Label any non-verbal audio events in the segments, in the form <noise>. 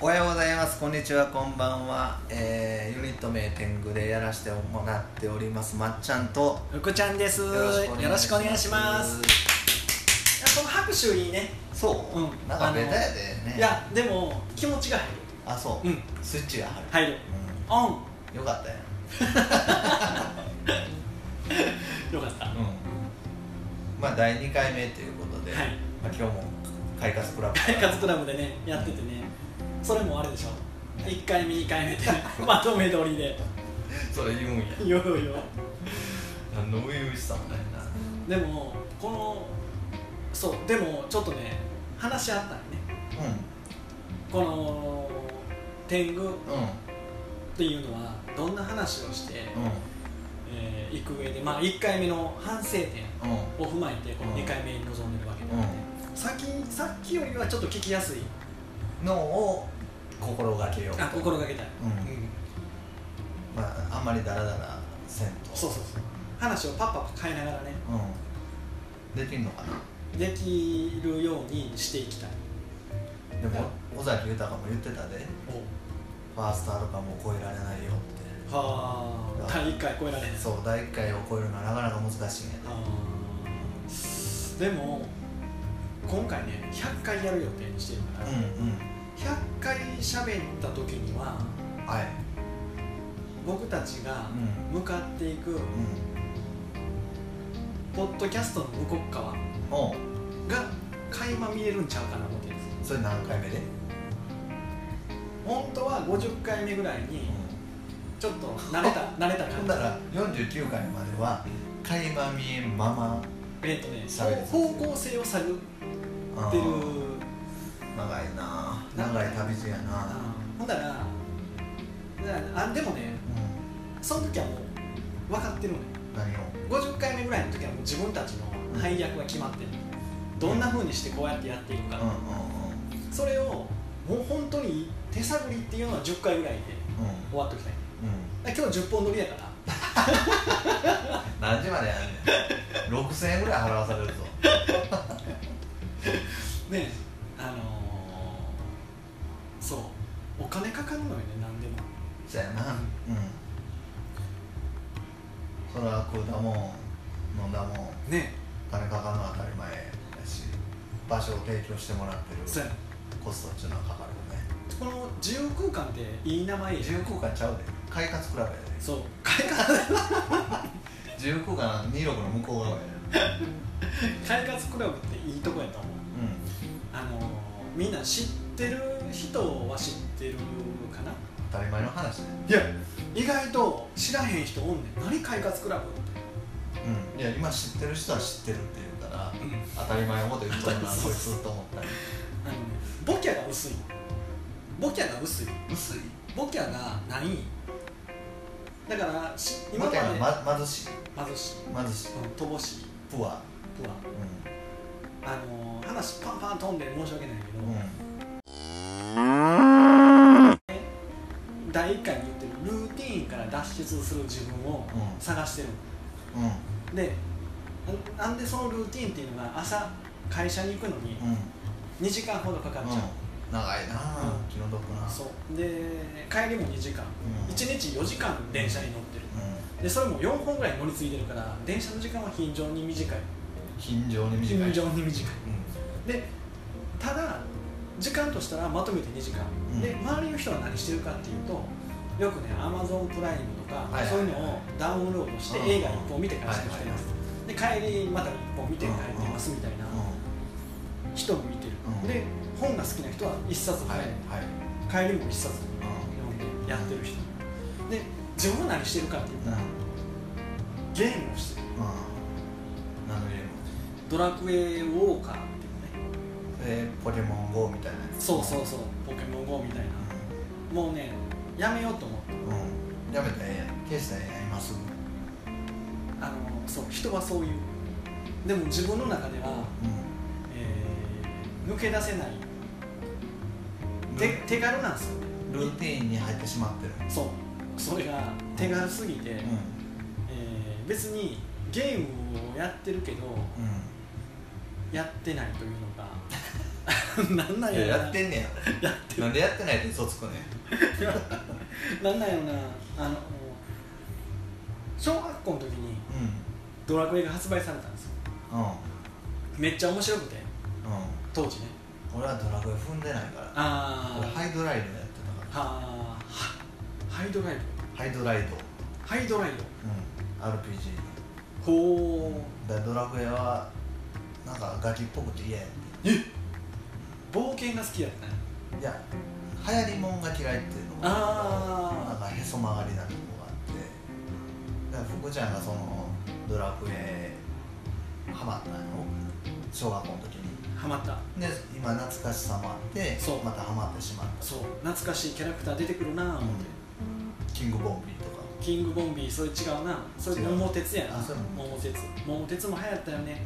おはようございますこんにちはこんばんは、えーユニット名天狗でやらせてもらっておりますまっちゃんと福ちゃんですよろしくお願いしますいやこの拍手いいねそう、うんなんかベタやでねいやでも気持ちが入るあそう、うんスイッチが入る、入るオンうん、よかったやよかった <laughs> はうんまあ第2回目ということで、いまあ、今日も快活クラブ快活クラブでねやっててねそれもあれでしょ1回目2回目で <laughs> まとめ撮りでそれ言うんやよよよ何の初々しさもないなでもこのそうでもちょっとね話し合ったんよねうこの天狗っんうんていうのはどんな話をして、うえー行く上でまあ1回目の反省点んうんを踏まえてこのうん2回目に臨んでるわけで、う先さっきよりはちょっと聞きやすいんのを心がけようとあ心がけたい、うんまああんまりダラダラせんとそうそうそう話をパッパッ変えながらねうんできんのかなできるようにしていきたいでも尾崎豊も言ってたでファーストアルバムを超えられないよっはあ第1回超えられへんてそう第1回を超えるのはなかなか難しいねあーでも今回ね100回やる予定にしてるから、うんうん100回喋った時にははい僕たちがうん向かっていくうんポッドキャストの向こう側おうが垣間見えるんちゃうかなと思ってるんですそれ何回目で本当は50回目ぐらいにうちょっと慣れた慣れたんほ感んじだら49回までは会話見えんままえっとね喋れてます方向性を探ってるうん長いな長い旅路やなほんだらだからあでもねうんその時はもう分かってるのよ何を50回目ぐらいの時はもう自分たちの配役が決まってるどんな風にしてこうやってやっていくか、うんうんそれをもう本当に手探りっていうのは10回ぐらいでうんうん終わっときたいうんだから今日10本撮りやから何時までや <laughs> んねん6000円ぐらい払わされるぞねあのー、そうお金かかるのよね何でもそやなうんそら食うだもん飲んだもんね金かかるのは当たり前やし場所を提供してもらってそうるやコストっていうのはかかるよねこの自由空間っていい名前や自由空間ちゃうで快活クラブやでそう <laughs> 快活自由空間26の向こう側やで快活クラブっていいとこやと思ううんあのー、みんな知ってる人は知ってるかな当たり前の話ねいや意外と知らへん人おんねん何快活クラブっうてんいや今知ってる人は知ってるって言うからうん当たり前のこと言っとるなそこういつと思ったりあのねボキャが薄いボキャが薄い薄いボキャがないだからし今今までから、ま、貧しい貧しい貧しいうん乏しいプアとはうあのー話パンパン飛んで申し訳ないけど、んうん第1回に言ってるルーティーンから脱出する自分をうん探してるうんのでななんでそのルーティーンっていうのが朝会社に行くのにうん2時間ほどかかっちゃ長いなあうん気の毒う、なそうで帰りも2時間うん1日4時間電車に乗ってるうんでそれも4本ぐらい乗り継いでるから電車の時間は非常に短い尋常に短い非常に短いうんでただ時間としたらまとめて2時間、うんで周りの人は何してるかっていうとよくね Amazon プライムとか、はいはいはいそういうのをダウンロードしてうん映画1本見て帰ってきてます、で帰りまた1本見て帰ってますみたいな人も見てる、うんで本が好きな人は1冊はいはい買い帰りも1冊読んでやってる人で自分は何してるかっていううんとゲームをしてるうん何のゲームドラクエウォーカーっていうのねえーポケモン GO みたいなやつそうそうそうポケモン GO みたいなもうねやめようと思ってうんうんやめたらええやん消したらええやん今すぐあのそう人はそういうでも自分の中では、うえー抜け出せないんて手軽なんですよねルーティーンに入ってしまってるそうそれが手軽すぎて、うんえー別にゲームをやってるけどうんやってないというのが <laughs> なんなんいややろなやってんねややってるなんでやってないって嘘つくねんなんなんやろなあの小学校の時にドラクエが発売されたんですようんうんめっちゃ面白くて当時ねうん俺はドラゴン踏んでないからあ俺ーハイドライドやってたかはあはハイドライらドハイドライドハイドライドうん RPG ほうだからドラクエはなんかガキっぽくて嫌やって冒険が好きやったねいや流行りもんが嫌いっていうのもあーなんかへそ曲がりなとこがあってだから福ちゃんがそのドラクエハマったの小学校の時にハマったで今懐かしさもあってそうまたハマってしまったそう懐かしいキャラクター出てくるなぁ思って、キングボンビーとかキングボンビーそれ違うなそれ違う桃鉄やなあそれ桃桃鉄桃鉄も流行ったよね、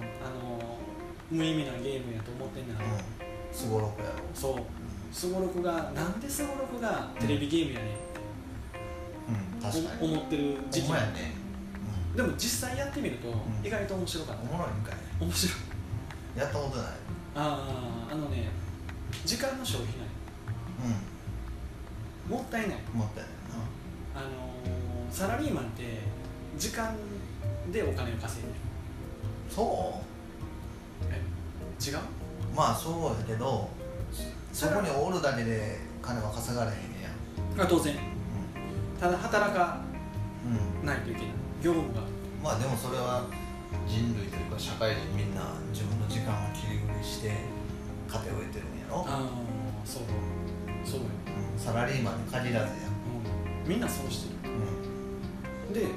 ううんあのー無意味なゲームやと思ってんねんんうんすごろくやろそうすごろくがなんでスゴロクがテレビゲームやねうんん、うん、確かおに思ってる時期ほんまやねでも実際やってみるとん意外と面白かっうんおもろいんかいた面白いやったことないあああのね時間の消費ないもったいないうん思ったよねあのーサラリーマンって時間でお金を稼いでるなそうえ違うまあそうやけどそこにおるだけで金は稼がれへんねやあ当然ただ働かうん、ないといけない業務がまあでもそれは人類というか社会人みんな自分の時間を切り売りして家庭を得てるんやろ、ああそうそうよ、うんサラリーマンに限らずや、うん、みんなそうしてう <laughs> るん、で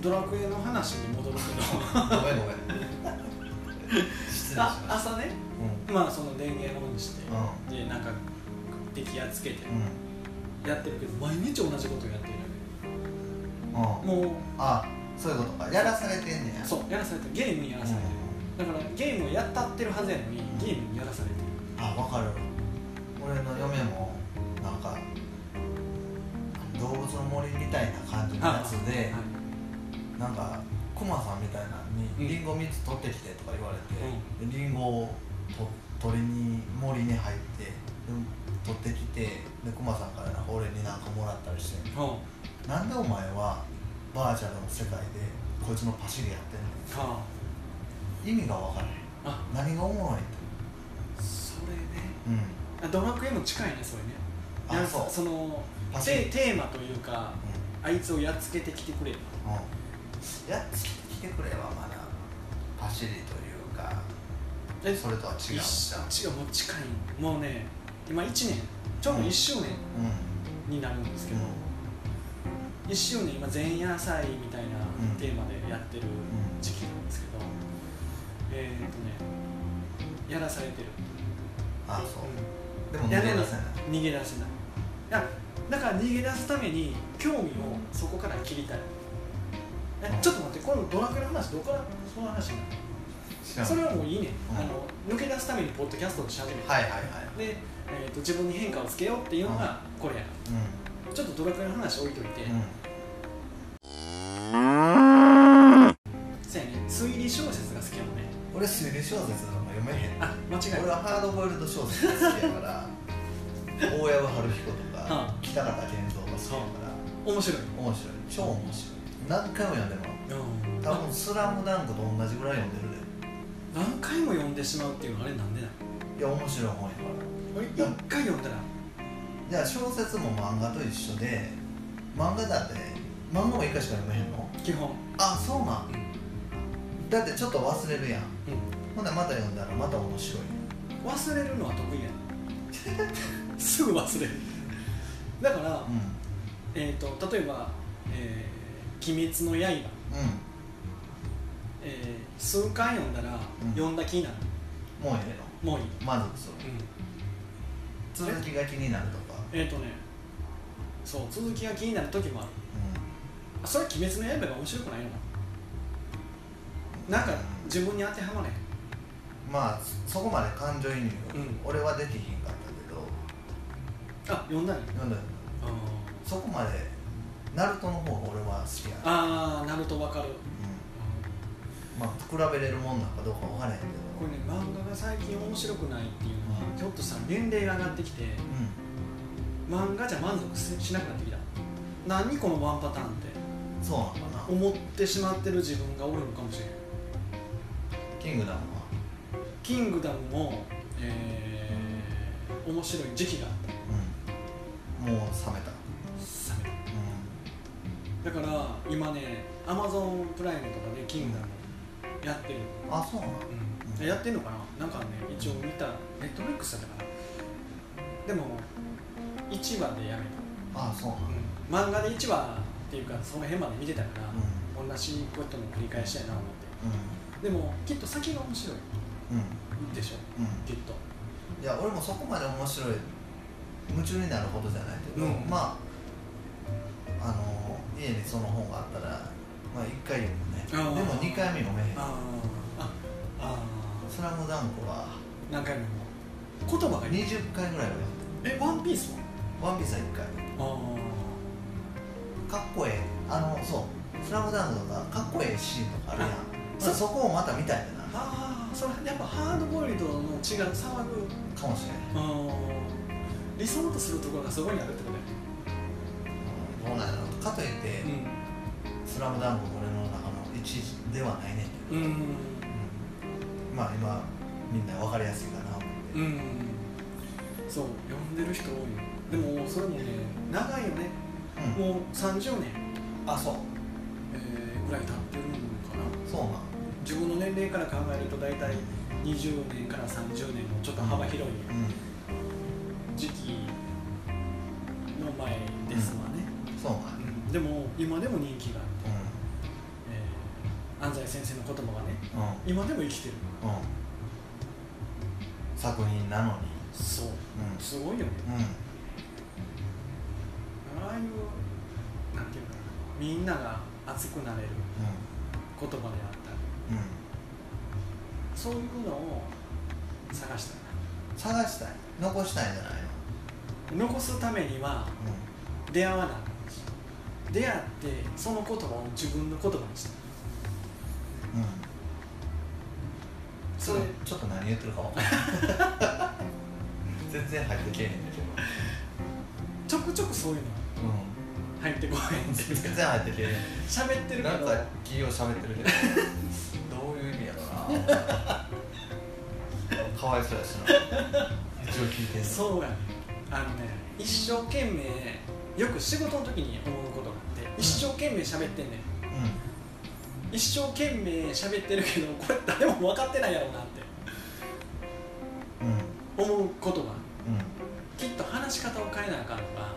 ドラクエの話に戻るけどごめんごめん失礼しま <laughs> あした朝ねうんまあその電源オンにしてうんでなんか敵やっつけてうやってるけど毎日同じことをやってるんうんもあそういうことかやらされてんねやうそうやらされてるゲームにやらされてるだからゲームをやったってるはずやのにゲームにやらされてるあ分かる俺の嫁もなんか動物の森みたいな感じのやつではいなんかクマさんみたいなのうんに「りんご3つ取ってきて」とか言われてでりんごをと取りに森に入ってで取ってきてでクマさんからなんか俺になんかもらったりしてうんはなんでお前はバーチャルの世界でこいつのパシリやってんあの意味が分からへんあ何がおもろいってそれねうんあドラクエも近いねそれねあなんかそうそのパシリテテーマというかあいつをやっつけてきてくれようん、やっつけてきてくれはまだパシリというかえそれとは違う一じゃん違うもう近いもうね今1年ちょうど1周う年んうんになるんですけど、1周年今前夜祭みたいなうんテーマでやってる時期なんですけど、えーっとねやらされてるあそううでもん、や逃れげな出いせない逃げ出せないいやだから逃げ出すために興味をそこから切りたいえうんちょっと待ってこのドラクエの話どこからその話になる知らんそれはもういいね、うんあの抜け出すためにポッドキャストをし始めた、はいはいはいで、えー、と自分に変化をつけようっていうのがこれやうちょっとドラクエの話置いといて、んうんそうやね推理小説が好きやもんね俺推理小説なんか読めへんあ間違え俺たはハードボイルド小説が好きやから大山春彦と <laughs> かう北方健三が好きやから面白い面白い超面白い何回も読んでもうん多分「スラムダンクと同じぐらい読んでる何回も読んでしまうっていうのはあれなんでなんでいや面白い本やから俺いや一回読んだらじゃあ小説も漫画と一緒で漫画だって漫画も一回しか読めへんの基本あそうなうんん、だってちょっと忘れるやんほんならまた読んだらまた面白い忘れるのは得意やね <laughs> すぐ忘れるだから、うえー、と例えば「えー鬼滅の刃んうん」えー数回読んだら、うん読んだ気になるもうえもういい、えの満足する続きが気になるとかえっ、とねそう続きが気になる時もあるあそれ「鬼滅の刃」が面白くないよななんか自分に当てはまれへんうんまあそこまで感情移入、うん俺はできひんかったけどあ読んだね読んだそこまでナルトの方が俺は好きやああナルトわかるうまあ比べれるもんなんかどうかわからへんけどこれね漫画が最近面白くないっていうのはうんひょっとしたら年齢が上がってきてう漫画じゃ満足せしなくなってきた何このワンパターンっんてそうなのかな思ってしまってる自分がおるのかもしれないキングダムはキングダムも、えー面白い時期があったうんもう冷めた冷めただから今ねアマゾンプライムとかでキングダムやってる、うんあそうなのうんやってんのかななんかね一応見たネットフリックスだったかなでも1話でやめあそうなのた、漫画で1話っていうかその辺まで見てたからう、ん同じことの繰り返しやな思っうてでもきっと先が面白いんでしょうんうんきっといや俺もそこまで面白い夢中になるほどじゃないけど、うんまああの家にその本があったらまあ1回読むねあでーも2回目読めへんあーああ「スラムダンクはー何回も言葉がいい20回ぐらいは読んでえワンピース「ワンピースは1回はかっこええあのそう「スラムダンクとかかっこええシーンとかあるやんあそそこをまた見たいんだあーあーそれやっぱハードボイルドの違う騒ぐなかもしれない、うん理想とするところがそこにあるってことうん、どうなんやろうかといってね「スラムダンクは俺の中の一位ではないねんけどうんうんまあ今みんな分かりやすいかな思ってうん、そう読んでる人多いよでもそれもね長いよねうんもう30年、あそうえーぐらい経ってるのかなそうなん自分の年齢から考えると大体20年から30年のちょっと幅広いうん時期の前ですわね、そうなんうんでも今でも人気がある、うえー安西先生の言葉がねんうん今でも生きてるうん作品なのにそううんすごいよねうああいうなんていうかなみんなが熱くなれる言葉であったりんうんうんそういうのを探したい探したい残したいんじゃないのな残すためには出会わない出会ってその言葉を自分の言葉にしたうんうんそれちょっと何言ってるか分からない全然入ってけえへんねんけちょくちょくそういうのど入ってこないんう <laughs> んです全然入ってけえへ喋ってるんけなんどか企業喋 <laughs> ってるけどどういう意味やろ <laughs> なかわいそうやしな一応聞いてんのそうやねあのね一生懸命よく仕事の時に思うことがあって一生懸命喋ってんねんうん一生懸命喋ってるけどこれ誰も分かってないやろうなってうんうん思うことがきっと話し方を変えなあかんのか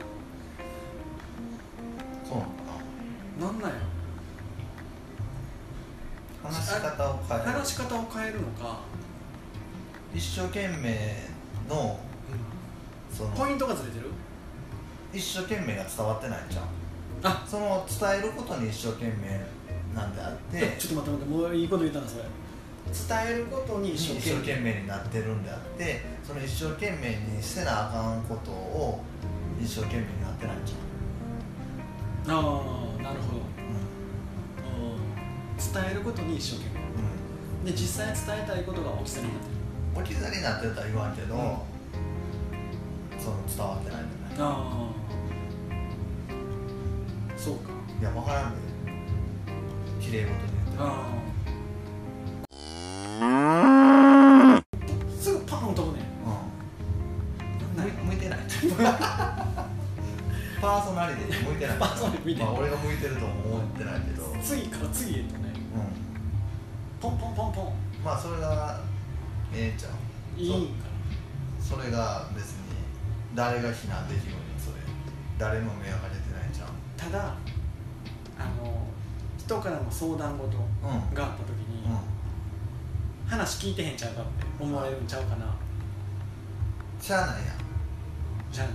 そうなのなんなんやかな話し方を変える話し方を変えるのか、一生懸命のそポのイントがずれてる一生懸命が伝わってないじゃんあその伝えることに一生懸命なんであって伝ちょっと待って待ってもういいこと言ったなそれ伝えることに一生懸命になってるんであってその一生懸命にしてなあかんことを一生懸命になってないじああなるほどゃんううん伝えることに一生懸ん、命で実際伝えたいことが起きてるんだうん、置き去りになってるとは言わんけど、うんその伝わってないんじゃないああそうかいや分からんで綺麗事で言ってるああすぐパーン飛ぶねうんな向い向いてない <laughs> パーソナリティに向いてないパーソナリティ向いてないまあ、俺が向いてるとも思ってないけど、うん、次から次へとねポンポンポンポまあそれがええちゃんンいいんかそそれが別に誰が非難できるのにそれ誰も迷惑が出てないじゃんなただあの人からの相談事うんうんがあった時に、話聞いてへんちゃうかって思われるんちゃうかなしゃあないやんじゃない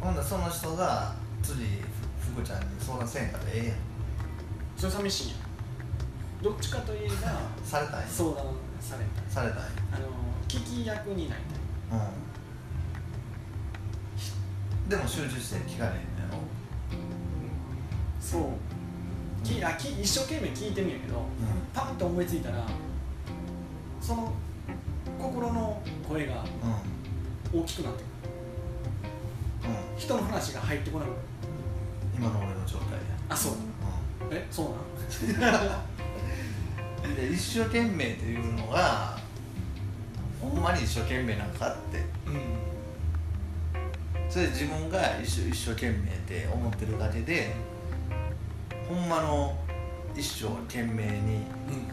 ほんならその人が次ふくちゃんに相談せんからええやんそれ寂しいんやどっちかといえばされたい相談されされたいたあの聞き役になりたいうんでも集中して聞かれへんのやろそうきあき一生懸命聞いてみるけど、パンと思いついたらその心の声がうんうん大きくなってくる人の話が入ってこなくなる今の俺の状態あそうや、えそうなん <laughs> うん、で一生懸命っていうのがほんまに一生懸命なんかってうそれ自分が一生一生懸命って思ってるだけでほんまの一生懸命にんう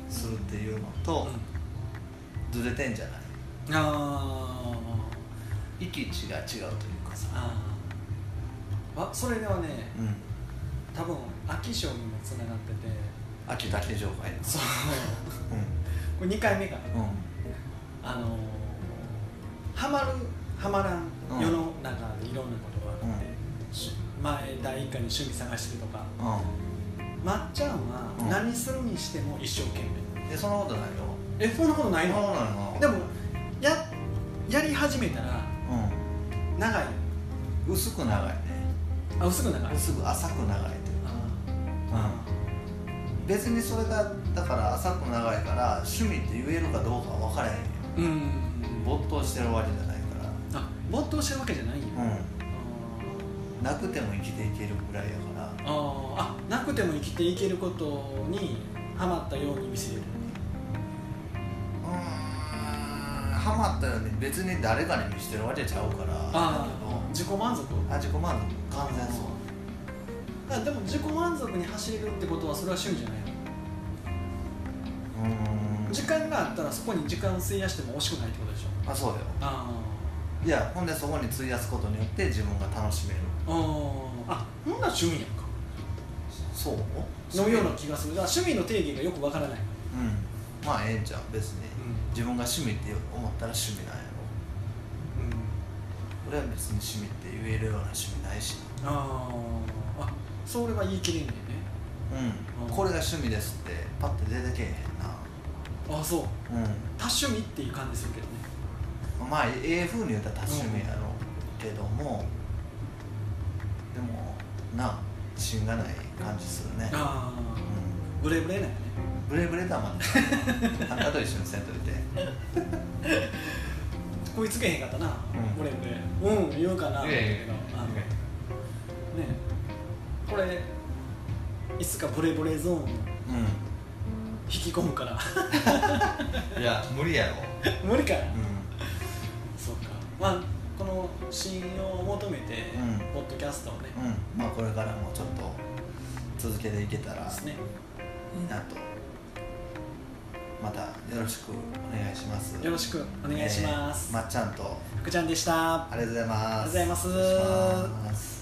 んするっていうのとずれてんじゃないあ域値が違うというかーさあーあそれではねうん多分秋賞にもつながってて秋だけ情報やなそううこれ2回目かなんうんあのーハマるハマらんうん世の中でいろんなことがあって、うんし前第1回に趣味探してるとかうまっちゃんはうん何するにしても一生懸命、んえそんなことないよえそんなことなそいんなのことないのでもややり始めたら長いうん薄く長いねあ薄く長い薄く浅く長いというあかうん別にそれがだから浅く長いから趣味って言えるかどうかは分からへんよーうん没頭してるわけじゃないかあ没頭してるわけじゃないよ、らうんなくても生きていけるぐらいやからあーあーあなくても生きていけることにハマったように見せるうーんハマったよね別に誰かに見してるわけちゃうからああだ自己満足けどあ自己満足完全そうあでも自己満足に走れるってことはそれは趣味じゃないのうーん時間があったらそこに時間費やしても惜しくないってことでしょあそうだよあいやほんでそこに費やすことによって自分が楽しめるああそんな趣味やんかそうのような気がするだから趣味の定義がよくわからない、うんまあええんちゃう別にう自分が趣味って思ったら趣味なんやろんうん、俺は別に趣味って言えるような趣味ないしあーあそれは言い切れんねんねうん、うんこれが趣味ですってパッて出てけえへあそうんな多趣味っていう感じするけどねうんまあええ風に言うたら多趣味やろうけども、でもな芯がない感じするね、あうあん、ブレブレなんやねブレブレだもんねあんたと一緒にせんといてこいつけへんかったな、うんブレブレうん言うかな言えけへんどあのねこれいつかブレブレゾーンにう引き込むから <laughs> んいや無理やろ無理かな、うそうかまあこの信用を求めて、うんポッドキャストをね、ん、うん、まあこれからもちょっと続けていけたらですねいいなとまたよろしくお願いしますよろしくお願いします、えーまっちゃんと福ちゃんでしたありがとうございますありがとうございます失礼します